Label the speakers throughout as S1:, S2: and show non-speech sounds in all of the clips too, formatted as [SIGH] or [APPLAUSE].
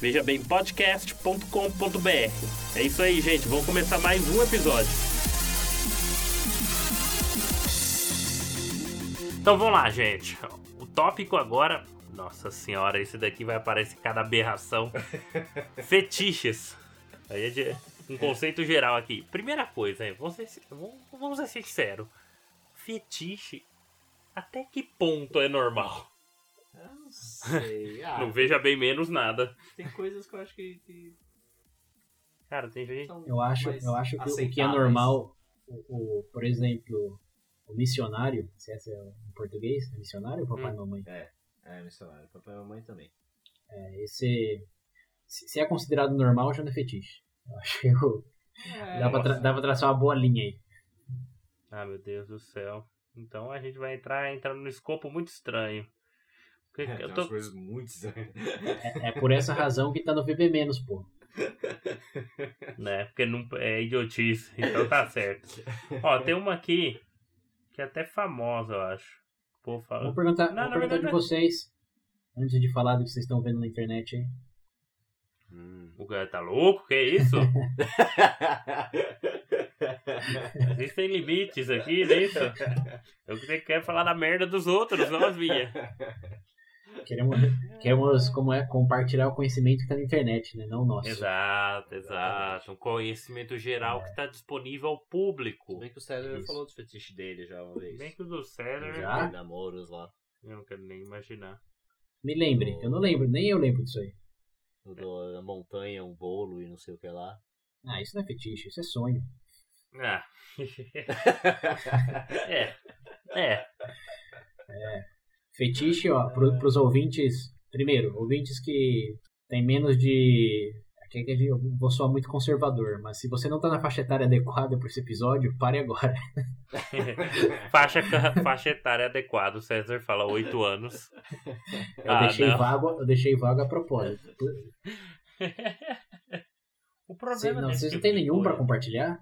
S1: vejabempodcast.com.br. É isso aí, gente, vamos começar mais um episódio. Então vamos lá, gente. O tópico agora. Nossa senhora, esse daqui vai aparecer cada
S2: [LAUGHS]
S1: aberração. Fetiches. Aí é de- um conceito geral aqui. Primeira coisa, hein, vamos ser, sin- vamos- vamos ser sinceros. Fetiche, até que ponto é normal?
S2: Eu [LAUGHS] não sei. Ah,
S1: Não veja bem menos nada.
S2: tem coisas que eu acho que, que
S1: Cara, tem gente.
S2: são
S3: Eu acho,
S2: mais
S3: eu acho que o que é
S2: aceitáveis.
S3: normal, o, o- por exemplo, o missionário, se essa é em português, missionário ou papai
S1: Hum.
S3: e mamãe? né,
S2: É, missionário. Papai e mamãe também.
S3: É, esse, se se é considerado normal, já não é fetiche. Eu acho que eu-
S2: É,
S3: dá, pra tra- dá pra traçar uma boa linha aí.
S1: Ah, meu Deus do céu. Então a gente vai entrar, entrar num escopo muito estranho. Porque
S2: É, tem
S1: eu
S2: umas
S1: tô-
S2: coisas muito estranhas.
S3: É, é por essa razão que tá no VB menos, pô.
S1: né? Porque não é idiotice, então tá certo. Ó, tem uma aqui que é até famosa, eu acho. O povo fala.
S3: Vou perguntar,
S1: Não,
S3: vou
S1: na
S3: perguntar
S1: verdade,
S3: de vocês, antes de falar do que vocês estão vendo na internet aí.
S2: [LAUGHS] Hum.
S1: O cara tá louco? Que isso? Existem limites aqui, né? Isso? Eu que quero falar da merda dos outros, não as minhas.
S3: Queremos, queremos como é, compartilhar o conhecimento que tá na internet, né? Não o nosso.
S1: Exato, exato. Um conhecimento geral que tá disponível ao
S2: Tudo
S1: público.
S2: bem que o César
S3: Isso.
S2: falou dos fetiches dele já uma vez.
S1: Bem que o do César. né?
S3: Já?
S2: Tem namoros lá.
S1: Eu não quero nem imaginar.
S3: Me lembre, eu não lembro, nem eu lembro disso aí.
S2: O do- da montanha, um bolo e não sei o que lá.
S3: Ah, isso não é fetiche, isso é sonho.
S1: [LAUGHS] Ah. é. É.
S3: Fetiche, ó, pro, pros ouvintes. Primeiro, ouvintes que tem menos de. Aqui é que a gente- eu vou soar muito conservador, mas se você não tá na faixa etária adequada pra esse episódio,
S2: [LAUGHS]
S3: pare agora.
S1: Faixa, faixa etária adequada, o César fala 8 anos.
S3: [LAUGHS] Eu,
S1: Ah,
S3: deixei,
S1: não.
S3: vago, eu deixei vago a
S2: É.
S3: propósito.
S1: O
S3: Você,
S1: problema
S3: não,
S1: desse
S3: vocês não
S1: tipo
S3: tem
S1: de
S3: nenhum pra
S1: coisa-
S3: compartilhar?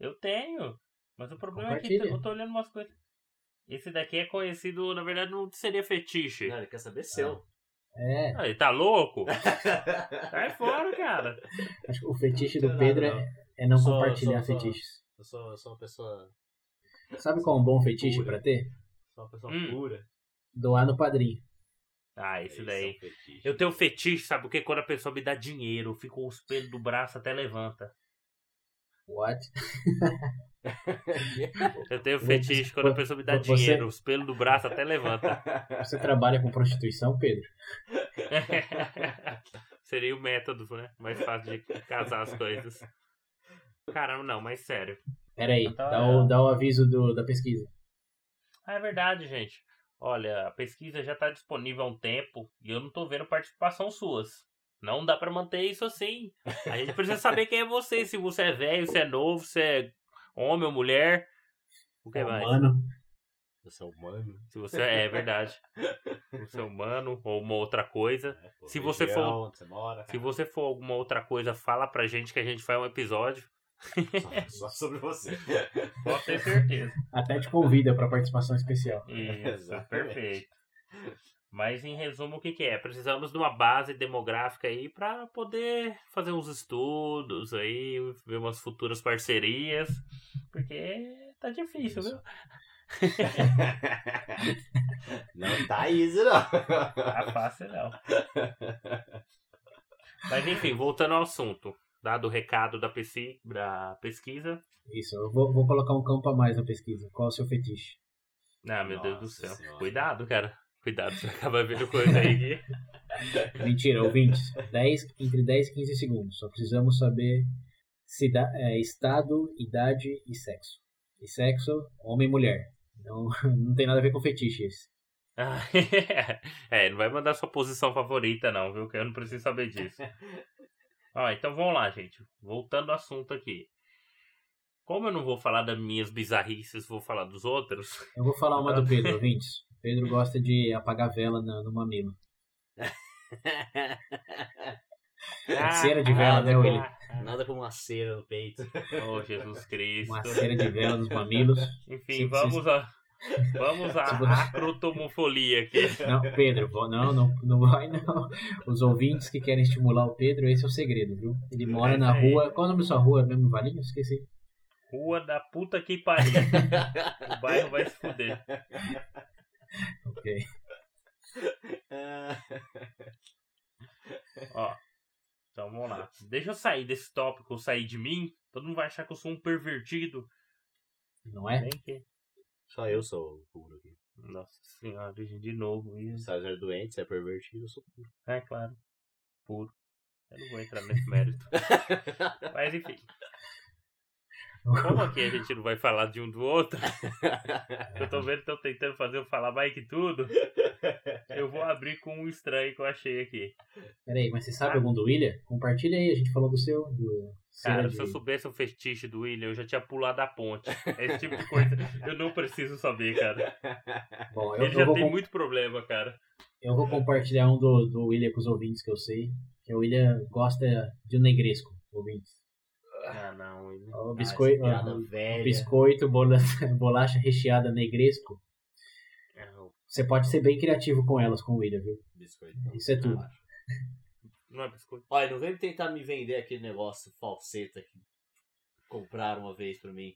S1: Eu tenho. Mas o problema é que
S3: Compartilha.
S1: eu tô olhando umas coisas. Esse daqui é conhecido, na verdade, não seria fetiche.
S2: Não, ele quer saber seu.
S3: É,
S1: Ah, ele tá [LAUGHS] louco?
S2: É.
S1: Sai fora, cara.
S3: acho que o fetiche
S2: Não
S3: do
S2: tem nada,
S3: Pedro é é não
S2: Só-
S3: compartilhar
S2: só- só-
S3: fetiches.
S2: [LAUGHS] Eu sou, eu sou uma pessoa.
S3: Sabe qual é um bom fetiche
S2: Pura.
S3: pra ter?
S2: Sou uma pessoa
S1: Hum.
S2: pura.
S3: Doar no padrinho.
S1: Ah, esse daí.
S2: é um fetiche. [LAUGHS]
S1: Eu tenho fetiche, sabe o que? Quando a pessoa me dá dinheiro, eu fico com os pelos do braço até levanta.
S3: What?
S1: Eu tenho
S3: Você-
S1: fetiche quando a pessoa me dá
S3: você-
S1: dinheiro, os pelos do braço até levanta.
S3: Você trabalha com prostituição, Pedro?
S1: Seria o método, né? Mais fácil de casar as coisas. Caramba, não, mas sério.
S3: Pera aí,
S2: Tá,
S1: Então,
S3: dá o,
S1: é.
S3: dá o aviso do- da pesquisa.
S1: Ah, é verdade, gente. Olha, a pesquisa já está disponível há um tempo e eu não tô vendo participação suas. Não dá para manter isso assim. A gente precisa saber quem é você, se você é velho, se é novo, se é homem ou mulher. O que mais?
S3: Mano,
S2: Eu sou humano.
S1: Se você é, é verdade. Se você é humano ou uma outra coisa.
S2: né?
S1: Se você
S2: Região,
S1: for-
S2: onde Você [LAUGHS] mora.
S1: Se você for alguma outra coisa, fala pra gente que a gente faz um episódio.
S2: Só sobre você.
S1: Pode ter certeza.
S3: Até tipo, te convida para
S2: [LAUGHS]
S3: participação especial.
S1: Isso,
S2: Exatamente.
S1: perfeito. Mas em resumo, o que, que é? Precisamos de uma base demográfica aí para poder fazer uns estudos aí, ver umas futuras parcerias, porque tá difícil,
S2: Isso.
S1: viu?
S2: Não tá easy, não.
S1: Tá fácil
S2: [LAUGHS]
S1: não. Mas enfim, voltando ao assunto, dado o recado da, pesqui- da pesquisa.
S3: Isso, eu vou, vou colocar um campo a mais na pesquisa. Qual é o seu fetiche?
S1: Ah, meu Deus do
S2: Nossa
S1: céu.
S2: Senhora.
S1: Cuidado, cara. Cuidado, você acaba vendo coisa aí que-
S3: Mentira, ouvintes. 10, entre 10 e 15 segundos. Só precisamos saber cida, é, estado, idade e sexo. E sexo, homem e mulher. Não, [LAUGHS] não tem nada a ver com fetiche esse.
S1: Ah, [LAUGHS] é, não vai mandar sua posição favorita, não, viu? Que eu não preciso saber disso. Ó, então vamos lá, gente. Voltando ao assunto aqui. Como eu não vou falar das minhas bizarrices, vou falar dos outros.
S3: Eu vou falar uma do Pedro, ouvintes. Pedro gosta de apagar vela na- no mamilo.
S2: [LAUGHS]
S3: Cera de vela, né, William?
S2: Nada como uma cera no [LAUGHS] peito.
S1: [LAUGHS] Oh, Jesus Cristo.
S3: Uma cera de vela nos mamilos.
S1: Enfim,
S3: Sim,
S1: vamos a. Vamos a
S3: Se você-
S1: acrotomofolia aqui.
S3: Não, Pedro, vou- não, não, não vai não. Os ouvintes que querem estimular o Pedro, esse é o segredo, viu? Ele mora na
S1: É.
S3: rua. Qual o nome da sua rua mesmo? Valinho? Esqueci.
S1: Rua da puta que pariu. o bairro vai se fuder.
S3: Ok.
S2: Ah,
S1: Ó. Então vamos lá. Deixa eu sair desse tópico, sair de mim. Todo mundo vai achar que eu sou um pervertido.
S3: Não é?
S1: [LAUGHS] Vem que.
S2: Só eu sou o puro aqui.
S1: Nossa senhora, gente, de novo. Isso.
S2: César é doente, você é pervertido, eu sou puro.
S1: É claro. Puro. Eu não vou entrar nesse
S3: [LAUGHS]
S1: mérito. Mas enfim. Como aqui a gente não vai falar de um do
S3: [LAUGHS]
S1: outro? Eu tô vendo que estão tentando fazer eu falar mais que tudo. Eu vou abrir com um estranho que eu achei aqui.
S3: Peraí, mas você sabe algum do William? Compartilha aí, a gente falou do seu. Do cera
S1: Cara,
S3: de...
S1: se eu soubesse o fetiche do William, eu já tinha pulado a ponte. Esse tipo de coisa eu não preciso saber, cara.
S3: Bom, eu,
S1: Ele
S3: eu
S1: já
S3: vou
S1: tem
S3: com-
S1: muito problema, cara.
S3: eu vou compartilhar um do, do William com os ouvintes que eu sei. Que o William gosta de um negresco, ouvintes.
S1: Ah, não, William.
S3: O
S2: Ah,
S3: biscoito,
S2: essa piada
S3: o
S2: velha.
S3: biscoito bola- [LAUGHS] bolacha recheada negresco.
S1: É
S2: Não,
S3: Você pode ser bem criativo com elas, com o William, viu?
S2: biscoito não.
S3: Isso é tudo.
S2: Relaxa.
S1: Não é biscoito.
S2: Olha, não vem tentar me vender aquele negócio falseta que compraram uma vez pra mim.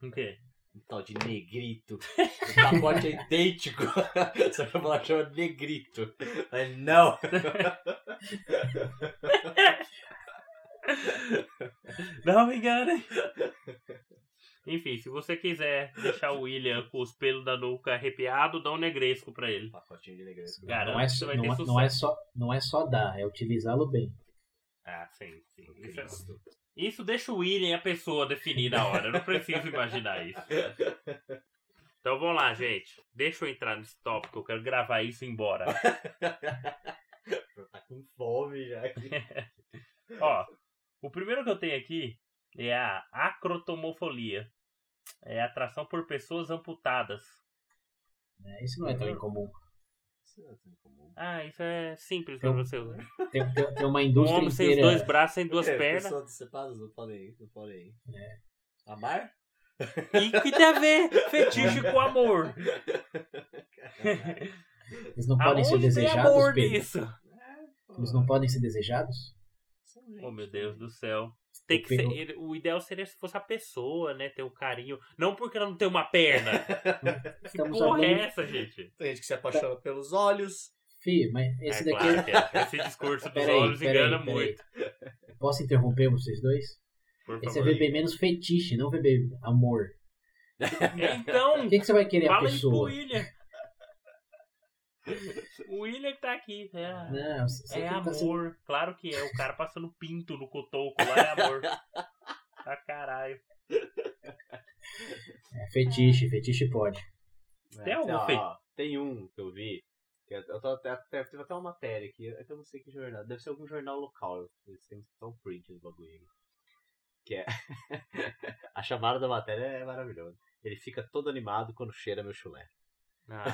S1: O quê?
S2: Um tal de negrito. [LAUGHS] O pacote é idêntico. [LAUGHS] Só que a palavra chama negrito. Mas não.
S1: Não me enganem. [LAUGHS] Enfim, se você quiser deixar o William com os pelos da nuca arrepiado, dá um negresco pra ele.
S2: Pacotinho de negrito.
S1: Garanto
S3: não, é,
S1: que você
S3: só-
S1: vai
S3: não,
S1: ter
S3: é-
S1: sucesso.
S3: não é só, não é só dar, é utilizá-lo bem.
S1: Ah, sim, sim. Isso, é-
S2: Cristo.
S1: Isso deixa o William e a pessoa definir na hora. Eu não preciso imaginar [LAUGHS] isso. Então vamos lá, gente. Deixa eu entrar nesse tópico. Eu quero gravar isso e ir [LAUGHS] embora.
S2: Tá com fome
S3: [LAUGHS]
S2: já. aqui.
S1: Ó, o primeiro que eu tenho aqui é a acrotomofolia. É a atração por pessoas amputadas.
S3: né? Isso não é
S1: Uhum.
S3: tão incomum.
S2: Isso não é tão comum.
S1: Ah, isso é simples pra
S3: Eu-
S1: você. Um
S3: Tem, tem- tem uma indústria
S1: homem sem os
S3: inteira.
S1: dois braços, sem duas
S2: É,
S1: pernas.
S2: Pessoas separadas, não falei, não falei. É. Amar?
S1: E o que tem a ver fetiche com amor?
S3: Eles não podem ser
S1: Aonde tem
S3: desejados,
S1: amor
S3: Pedro.
S1: nisso?
S3: Eles não podem ser desejados?
S1: Oh, meu Deus
S2: né?
S1: do céu. Tem
S3: O
S1: que ser,
S3: peru-
S1: ele- o ideal seria se fosse a pessoa, né? Ter um carinho. Não porque ela não tem uma perna.
S3: [LAUGHS]
S1: que
S3: Estamos
S1: porra é
S3: abrindo-
S1: essa, gente?
S2: Tem gente que se apaixona pelos olhos.
S3: Fih, mas esse
S1: é,
S3: daqui.
S1: claro que é. Esse discurso dos
S3: Peraí,
S1: olhos
S3: peraí,
S1: engana
S3: peraí.
S1: muito.
S3: Posso interromper vocês dois?
S1: Por
S3: Esse é
S1: favor.
S3: bebê menos fetiche, não bebê amor. O é
S1: Então,
S3: que, que você vai querer é a
S1: fala aí pro
S3: pessoa?
S1: William. O William que tá aqui. É,
S3: Não, você você
S1: é
S3: tem que tá sendo-
S1: amor. Claro que é. O cara passando pinto no cotoco lá é
S3: [LAUGHS]
S1: amor. Ah, caralho.
S3: é fetiche, fetiche pode.
S1: Tem algum
S2: ó,
S1: feito?
S2: ó, É, Tem um que eu vi. que Eu eu tô até, até- teve até uma matéria aqui, eu não sei que jornal. Deve ser algum jornal local. Eles têm só um print do bagulho. aí. Que é. [LAUGHS] a chamada da matéria é maravilhosa. Ele fica todo animado quando cheira meu chulé.
S1: [LAUGHS] Ah,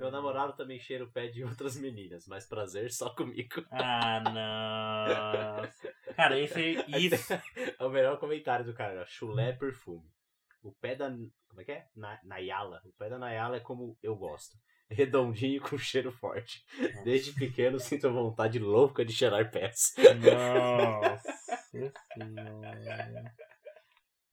S2: Meu namorado também cheira o pé de outras meninas, mas prazer só comigo.
S1: Ah, não. Cara,
S2: [LAUGHS]
S1: esse é isso.
S2: É o melhor comentário do cara, ó, chulé é perfume. O pé da. Como é que é? Na, Nayala. O pé da Nayala é como eu gosto. [LAUGHS] Redondinho e com cheiro forte. Desde pequeno sinto vontade louca de cheirar pés.
S1: [LAUGHS] Nossa senhora.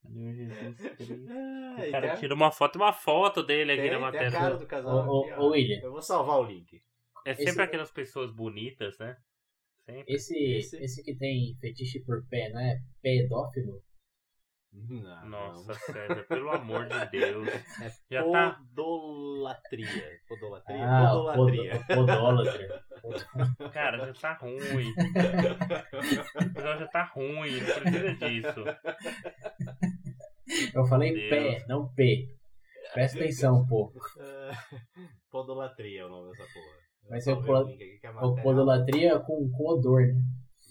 S1: Meu Jesus
S2: [LAUGHS]
S1: Cristo.
S2: Ah,
S1: O
S2: e
S1: cara
S2: tem
S1: tira uma foto, uma foto dele
S2: a-
S1: aqui na
S2: tem, tem a cara
S1: matéria.
S2: do
S3: Ô,
S2: casal.
S3: ô,
S2: aqui,
S3: ô,
S2: ó.
S3: William,
S2: Eu vou salvar o link.
S1: É
S3: Esse-
S1: sempre aquelas pessoas bonitas, né? Sempre.
S3: esse,
S2: Esse-
S3: esse que tem fetiche por pé, não é? Pedófilo?
S2: Ah, Não,
S1: Nossa, César, pelo amor
S2: [LAUGHS]
S1: de Deus.
S2: É
S1: Já tá.
S2: Podolatria. Podolatria?
S3: Ah, o
S2: podolatria.
S3: pod- podólatra.
S1: Cara, já tá ruim.
S2: [LAUGHS]
S1: O episódio já tá ruim, não precisa disso.
S3: Eu falei
S1: Meu
S3: pé, não P. Presta atenção um pouco.
S2: [LAUGHS] Ah, Podolatria é o nome dessa porra.
S3: Vai ser
S2: Vamos ver
S3: o
S2: o link aqui que é
S3: a
S2: matéria.
S3: podolatria com, com odor, né?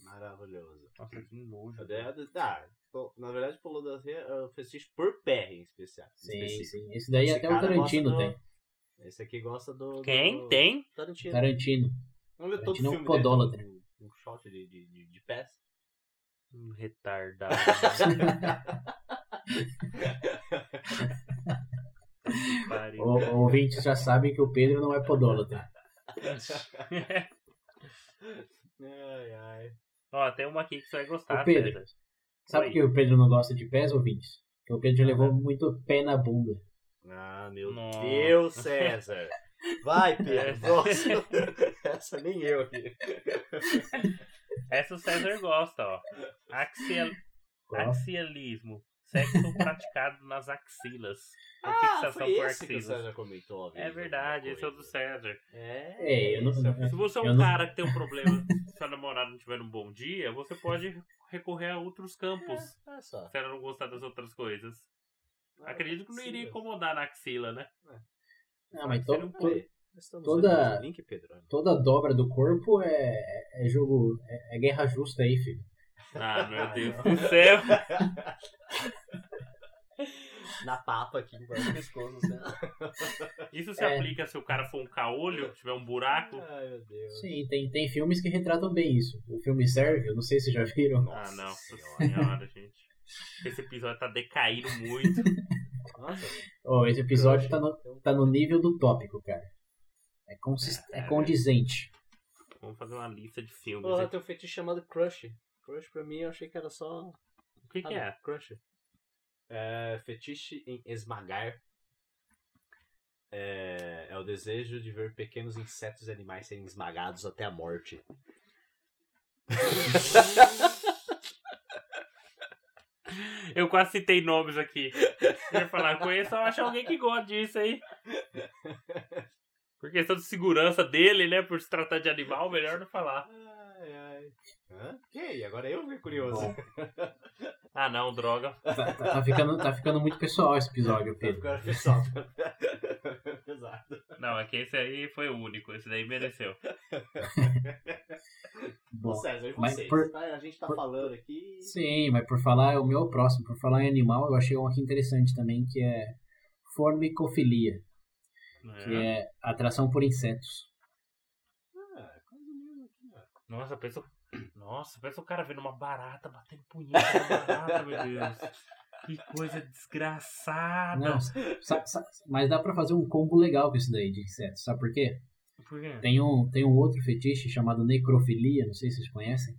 S2: Maravilhoso.
S4: Nossa, que nojo.
S2: Poderia dar. Bom, Tá, Na verdade, podolatria é um fetiche por pé em especial.
S3: Sim,
S2: específico.
S3: sim. Esse daí é
S2: Esse
S3: até o
S2: cara
S3: Tarantino
S2: gosta do-
S3: tem.
S2: Esse aqui gosta do.
S1: Quem
S2: do-
S1: tem?
S2: Tarantino.
S3: Tarantino.
S2: Vamos ver todo
S3: Tarantino é um
S2: filme dele,
S3: podólatra.
S2: um- Um shot de, de, de, de pés.
S1: Um retardado. Pariu.
S3: O, ouvintes já sabem que o Pedro não é podólatra.
S2: ai, ai.
S1: Ó, tem uma aqui que você vai gostar,
S3: Ô, Pedro.
S1: Pedro.
S3: Sabe
S1: Ah, tá, Oi.
S3: por que o Pedro não gosta de pés, ouvintes? Porque o Pedro já levou muito pé na bunda.
S2: Ah, meu
S1: Nossa. É.
S2: Deus, César. Vai,
S1: [LAUGHS]
S2: Pedro. Nossa. Essa nem eu aqui.
S1: Essa o César gosta, ó. Axial... Axialismo.
S3: [LAUGHS]
S1: Sexo praticado nas axilas. Ou
S2: Ah,
S1: fixação
S2: foi
S1: por
S2: esse que o
S1: axilas.
S2: César comentou. uma vez,
S1: É verdade,
S2: alguma
S1: esse é o do
S2: coisa.
S1: César.
S2: É,
S3: É, eu não-
S2: isso
S1: Se você é
S3: Eu
S1: um
S3: não-
S1: cara que tem um problema, se a namorada não tiver um bom dia, você pode recorrer a outros campos.
S2: É, olha só.
S1: Se ela não gostar das outras coisas.
S2: Ah,
S1: Acredito que não iria
S2: possível.
S1: incomodar na axila,
S3: [LAUGHS]
S1: né?
S3: Ah, mas
S2: Você
S3: to,
S2: não
S3: to,
S2: pode. Nós estamos
S3: toda-
S2: olhando o Link, Pedro.
S3: toda dobra do corpo é, é jogo. É, é guerra justa aí, filho.
S1: Ah, meu Deus do céu.
S2: Na papa aqui, embaixo do pescoço. Né?
S1: [LAUGHS] Isso se
S3: É.
S1: aplica se o cara for um caolho, tiver um buraco.
S2: Ai, meu Deus.
S3: Sim, tem, tem filmes que retratam bem isso. O filme Sérvio, não sei se já viram.
S1: ah, não. Senhora, gente. Esse episódio tá decaindo muito.
S2: Nossa,
S3: Oh, esse episódio tá no,
S2: então,
S3: tá no nível do tópico, cara. É, consist... é condizente.
S1: Vamos fazer uma lista de filmes.
S2: Porra, tem um fetiche chamado Crush. Crush pra mim eu achei que era só.
S1: O que,
S3: tá
S1: que é?
S2: Crush. É, fetiche em esmagar. É, é o desejo de ver pequenos insetos e animais serem esmagados até a morte.
S1: Eu quase citei nomes aqui. Eu ia falar, conheço, eu acho alguém que gosta disso aí. Por questão de segurança dele, né? Por se tratar de animal, melhor não falar.
S2: Ai, ai. Hã? Ok, agora eu fiquei curioso.
S1: Ah, não, droga.
S3: Tá, tá- tá ficando, tá ficando muito pessoal esse episódio, Pedro.
S2: Agora
S3: [LAUGHS]
S2: pessoal. Pesado.
S1: Não, é que esse aí foi o único. Esse daí mereceu.
S2: Ô,
S3: Bom,
S2: César, e
S3: mas
S2: vocês?
S3: por-
S2: Tá? A gente tá
S3: por-
S2: falando aqui.
S3: sim, mas por falar, o meu próximo, por falar em animal, eu achei um aqui interessante também, que é formicofilia, que
S1: É.
S3: é atração por insetos.
S2: Ah, quase mesmo aqui, ó.
S1: Nossa, pensa. Nossa, pensa o [CLEARS THROAT] cara vendo uma barata batendo punheta na barata, meu Deus. Que coisa desgraçada.
S3: Não, sa- sa- mas dá pra fazer um combo legal com isso daí de insetos, sabe por quê?
S1: Por quê?
S3: Tem um, tem um outro fetiche chamado necrofilia, não sei se vocês conhecem,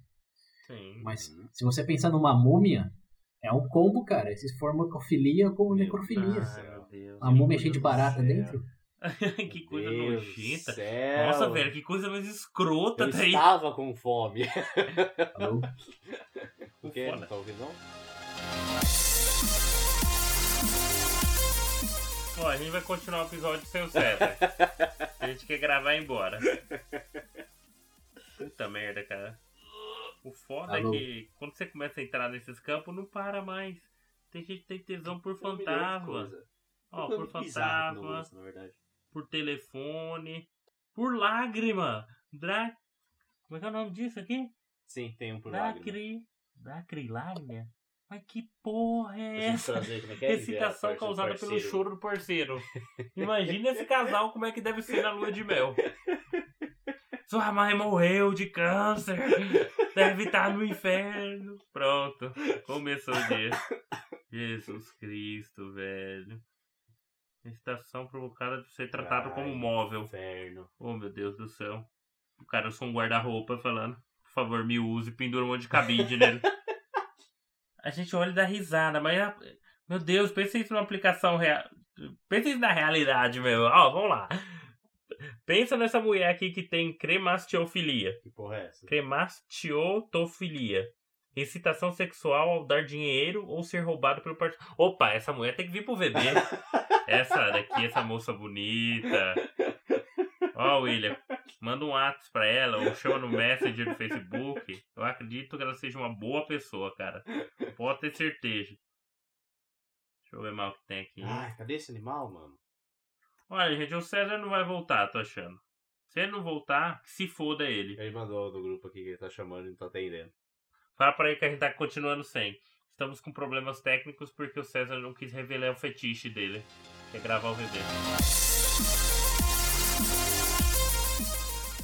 S1: Sim.
S3: mas se você pensar numa múmia, é um combo, cara. Esse formicofilia com
S2: Meu
S3: necrofilia.
S2: Deus.
S1: Ai, Ah, meu Deus.
S3: A múmia cheia de
S2: Meu Deus
S3: barata
S2: do céu.
S3: dentro.
S1: [LAUGHS] que coisa
S2: Meu
S1: nojenta.
S2: céu.
S1: Nossa, velho, que coisa mais escrota
S2: Eu
S1: daí.
S2: estava com
S1: [LAUGHS]
S2: fome.
S3: Alô?
S2: O quê?
S1: Foda.
S2: Não tá ouvindo, não?
S1: Ó, a gente vai continuar o episódio sem o
S3: [LAUGHS]
S1: César. a gente quer gravar e ir embora. Puta merda, cara. O foda
S3: Alô?
S1: é que quando você começa a entrar nesses campos, não para mais. Tem gente que tem tesão por
S2: Um milhão de
S1: fantasma.
S2: coisa.
S1: Ó,
S2: Coisa
S1: por
S2: bizarra que não
S1: fantasma,
S2: usa, na verdade.
S1: por telefone, por lágrima. Dra... Como é que é o nome disso aqui?
S2: Sim, tem um
S1: Ah,
S2: por lágrima.
S1: Dacri. Dacrilágnia? Mas que porra é
S2: Deixa eu
S1: essa?
S2: trazer como é que é,
S1: Excitação
S2: Vera, parte do
S1: causada pelo
S2: parceiro.
S1: choro do parceiro. Imagina esse casal como é que deve ser na lua de mel. Sua mãe morreu de câncer. Deve estar no inferno. Pronto. Começou o dia. Jesus Cristo, velho. Excitação provocada de ser tratado
S2: Ai,
S1: como móvel.
S2: Inferno.
S1: Oh, meu Deus do céu. O cara sou um guarda-roupa falando. Por favor, me use. Pendura um monte de cabide nele. [LAUGHS] A gente olha e dá risada, mas... ah, Meu Deus, pensa isso numa aplicação real... Pensa isso na realidade, meu. Ó, vamos lá. Pensa nessa mulher aqui que tem cremastiofilia.
S2: Que porra é essa?
S1: Cremastiotofilia. Excitação sexual ao dar dinheiro ou ser roubado pelo partido. Opa, essa mulher tem que vir pro VB. essa daqui, essa moça bonita. Ó, William, manda um ato pra ela ou chama no Messenger do Facebook. Eu acredito que ela seja uma boa pessoa, cara. Pode ter certeza. Deixa eu ver mal o que tem aqui.
S2: Ai, cadê esse animal, mano?
S1: Olha, gente, o César não vai voltar, tô achando. Se ele não voltar, que se foda ele.
S2: Ele mandou no grupo aqui que ele tá chamando e não tá atendendo.
S1: Fala pra ele que a gente tá continuando sem. Estamos com problemas técnicos porque o César não quis revelar o fetiche dele. Que é gravar o VD.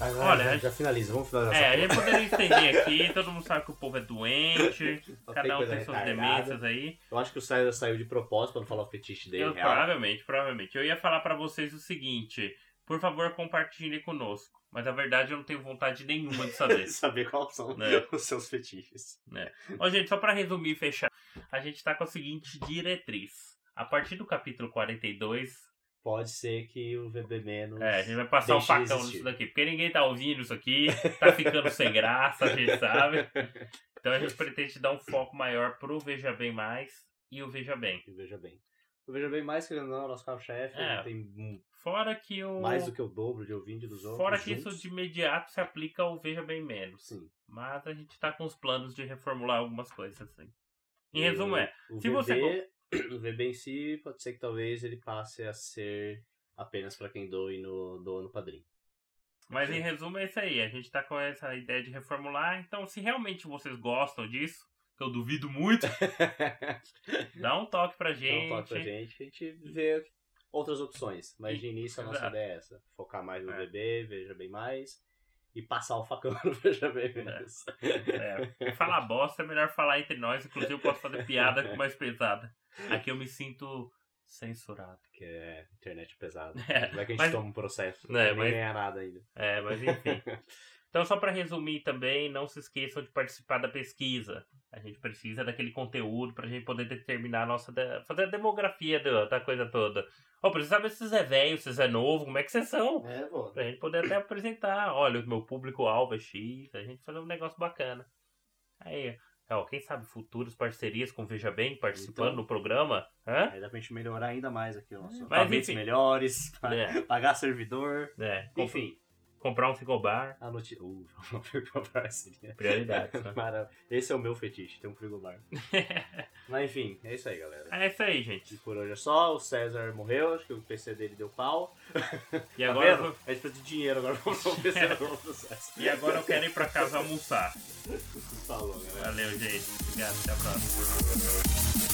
S2: Mas,
S1: Olha,
S2: né, já,
S1: a
S2: já finaliza, vamos finalizar
S1: É, a
S2: essa
S1: gente poderia estender aqui, todo mundo sabe que o povo é doente,
S2: Só tem
S1: cada um
S2: coisa
S1: tem suas
S2: retardada.
S1: demências aí.
S2: porra. Eu acho que o César saiu de propósito pra não falar o fetiche dele,
S1: Eu,
S2: real.
S1: provavelmente, provavelmente. Eu ia falar pra vocês o seguinte: por favor, compartilhem conosco. Mas a verdade eu não tenho vontade nenhuma de saber.
S2: [LAUGHS] Saber quais são
S1: É.
S2: os seus fetiches.
S1: Ó, gente, só pra resumir e fechar, a gente tá com a seguinte diretriz. A partir do capítulo 42,
S2: Pode ser que o VB menos.
S1: é, a gente vai passar o
S2: Deixa de
S1: facão
S2: existir.
S1: nisso daqui, porque ninguém tá ouvindo isso aqui, tá ficando sem graça, a gente sabe. Então a gente pretende dar um foco maior pro Veja Bem Mais e o Veja Bem.
S2: O Veja Bem. O Veja Bem, mais que ele não, é o nosso carro-chefe,
S1: É.
S2: ele tem hum,
S1: Fora que o.
S2: mais do que o dobro de ouvinte dos outros.
S1: Fora que
S2: juntos.
S1: isso de imediato se aplica ao Veja Bem Menos.
S2: Sim.
S1: Mas a gente tá com os planos de reformular algumas coisas assim. Em
S2: E
S1: resumo, é.
S2: O
S1: se
S2: VB,
S1: você
S2: [CLEARS THROAT] O VB em si, pode ser que talvez ele passe a ser apenas pra quem doe no, doa no padrinho.
S1: Mas em resumo é isso aí. A gente tá com essa ideia de reformular. Então, se realmente vocês gostam disso, que eu duvido
S2: [LAUGHS]
S1: muito, dá um toque pra gente.
S2: Dá um toque pra gente, a gente vê outras opções. Mas de início a nossa
S1: Exato.
S2: ideia é essa. Focar mais no
S1: É.
S2: bebê, veja bem mais. E passar o facão [LAUGHS] no veja bem menos.
S1: É, falar bosta é melhor falar entre nós. Inclusive, eu posso fazer piada com mais pesada. Aqui eu me sinto censurado.
S2: Que é internet pesada.
S1: [LAUGHS] É,
S2: Vai que a gente
S1: mas-
S2: toma um processo.
S1: É,
S2: nem
S1: mas-
S2: ganha nada ainda.
S1: É, mas enfim. Então, só para resumir também, não se esqueçam de participar da pesquisa. A gente precisa daquele conteúdo para a gente poder determinar a nossa. de- fazer a demografia do- da coisa toda. Ó, precisa saber se vocês é velho, se vocês é novo, como é que vocês são.
S2: É, bom.
S1: Pra gente poder até apresentar. Olha, o meu público-alvo é X, a gente fazer um negócio bacana. Aí, ó, quem sabe futuras parcerias com Veja Bem participando
S2: Então.
S1: do programa? Hã?
S2: Aí dá pra gente melhorar ainda mais aqui o nosso
S1: É. Mas,
S2: alfabetos
S1: enfim.
S2: melhores, [LAUGHS]
S1: É,
S2: pagar servidor.
S1: é. Comp-
S2: Enfim,
S1: Comprar um frigobar,
S2: a notícia. Uh, [LAUGHS] frigobar seria.
S1: prioridade. né?
S2: [LAUGHS] Mara- Esse é o meu fetiche, tem um
S1: [LAUGHS]
S2: frigobar. Mas enfim, é isso aí, galera.
S1: é isso aí, gente.
S2: E por hoje é só, o César morreu, acho que o PC dele deu pau.
S1: E
S2: Tá
S1: agora. eu
S2: vendo?
S1: vou-
S2: A gente precisa de dinheiro agora pra comprar um
S1: [LAUGHS]
S2: PC novo pro César.
S1: E agora eu quero ir pra casa almoçar.
S2: Falou, galera.
S1: Valeu, gente. Obrigado. Até a próxima.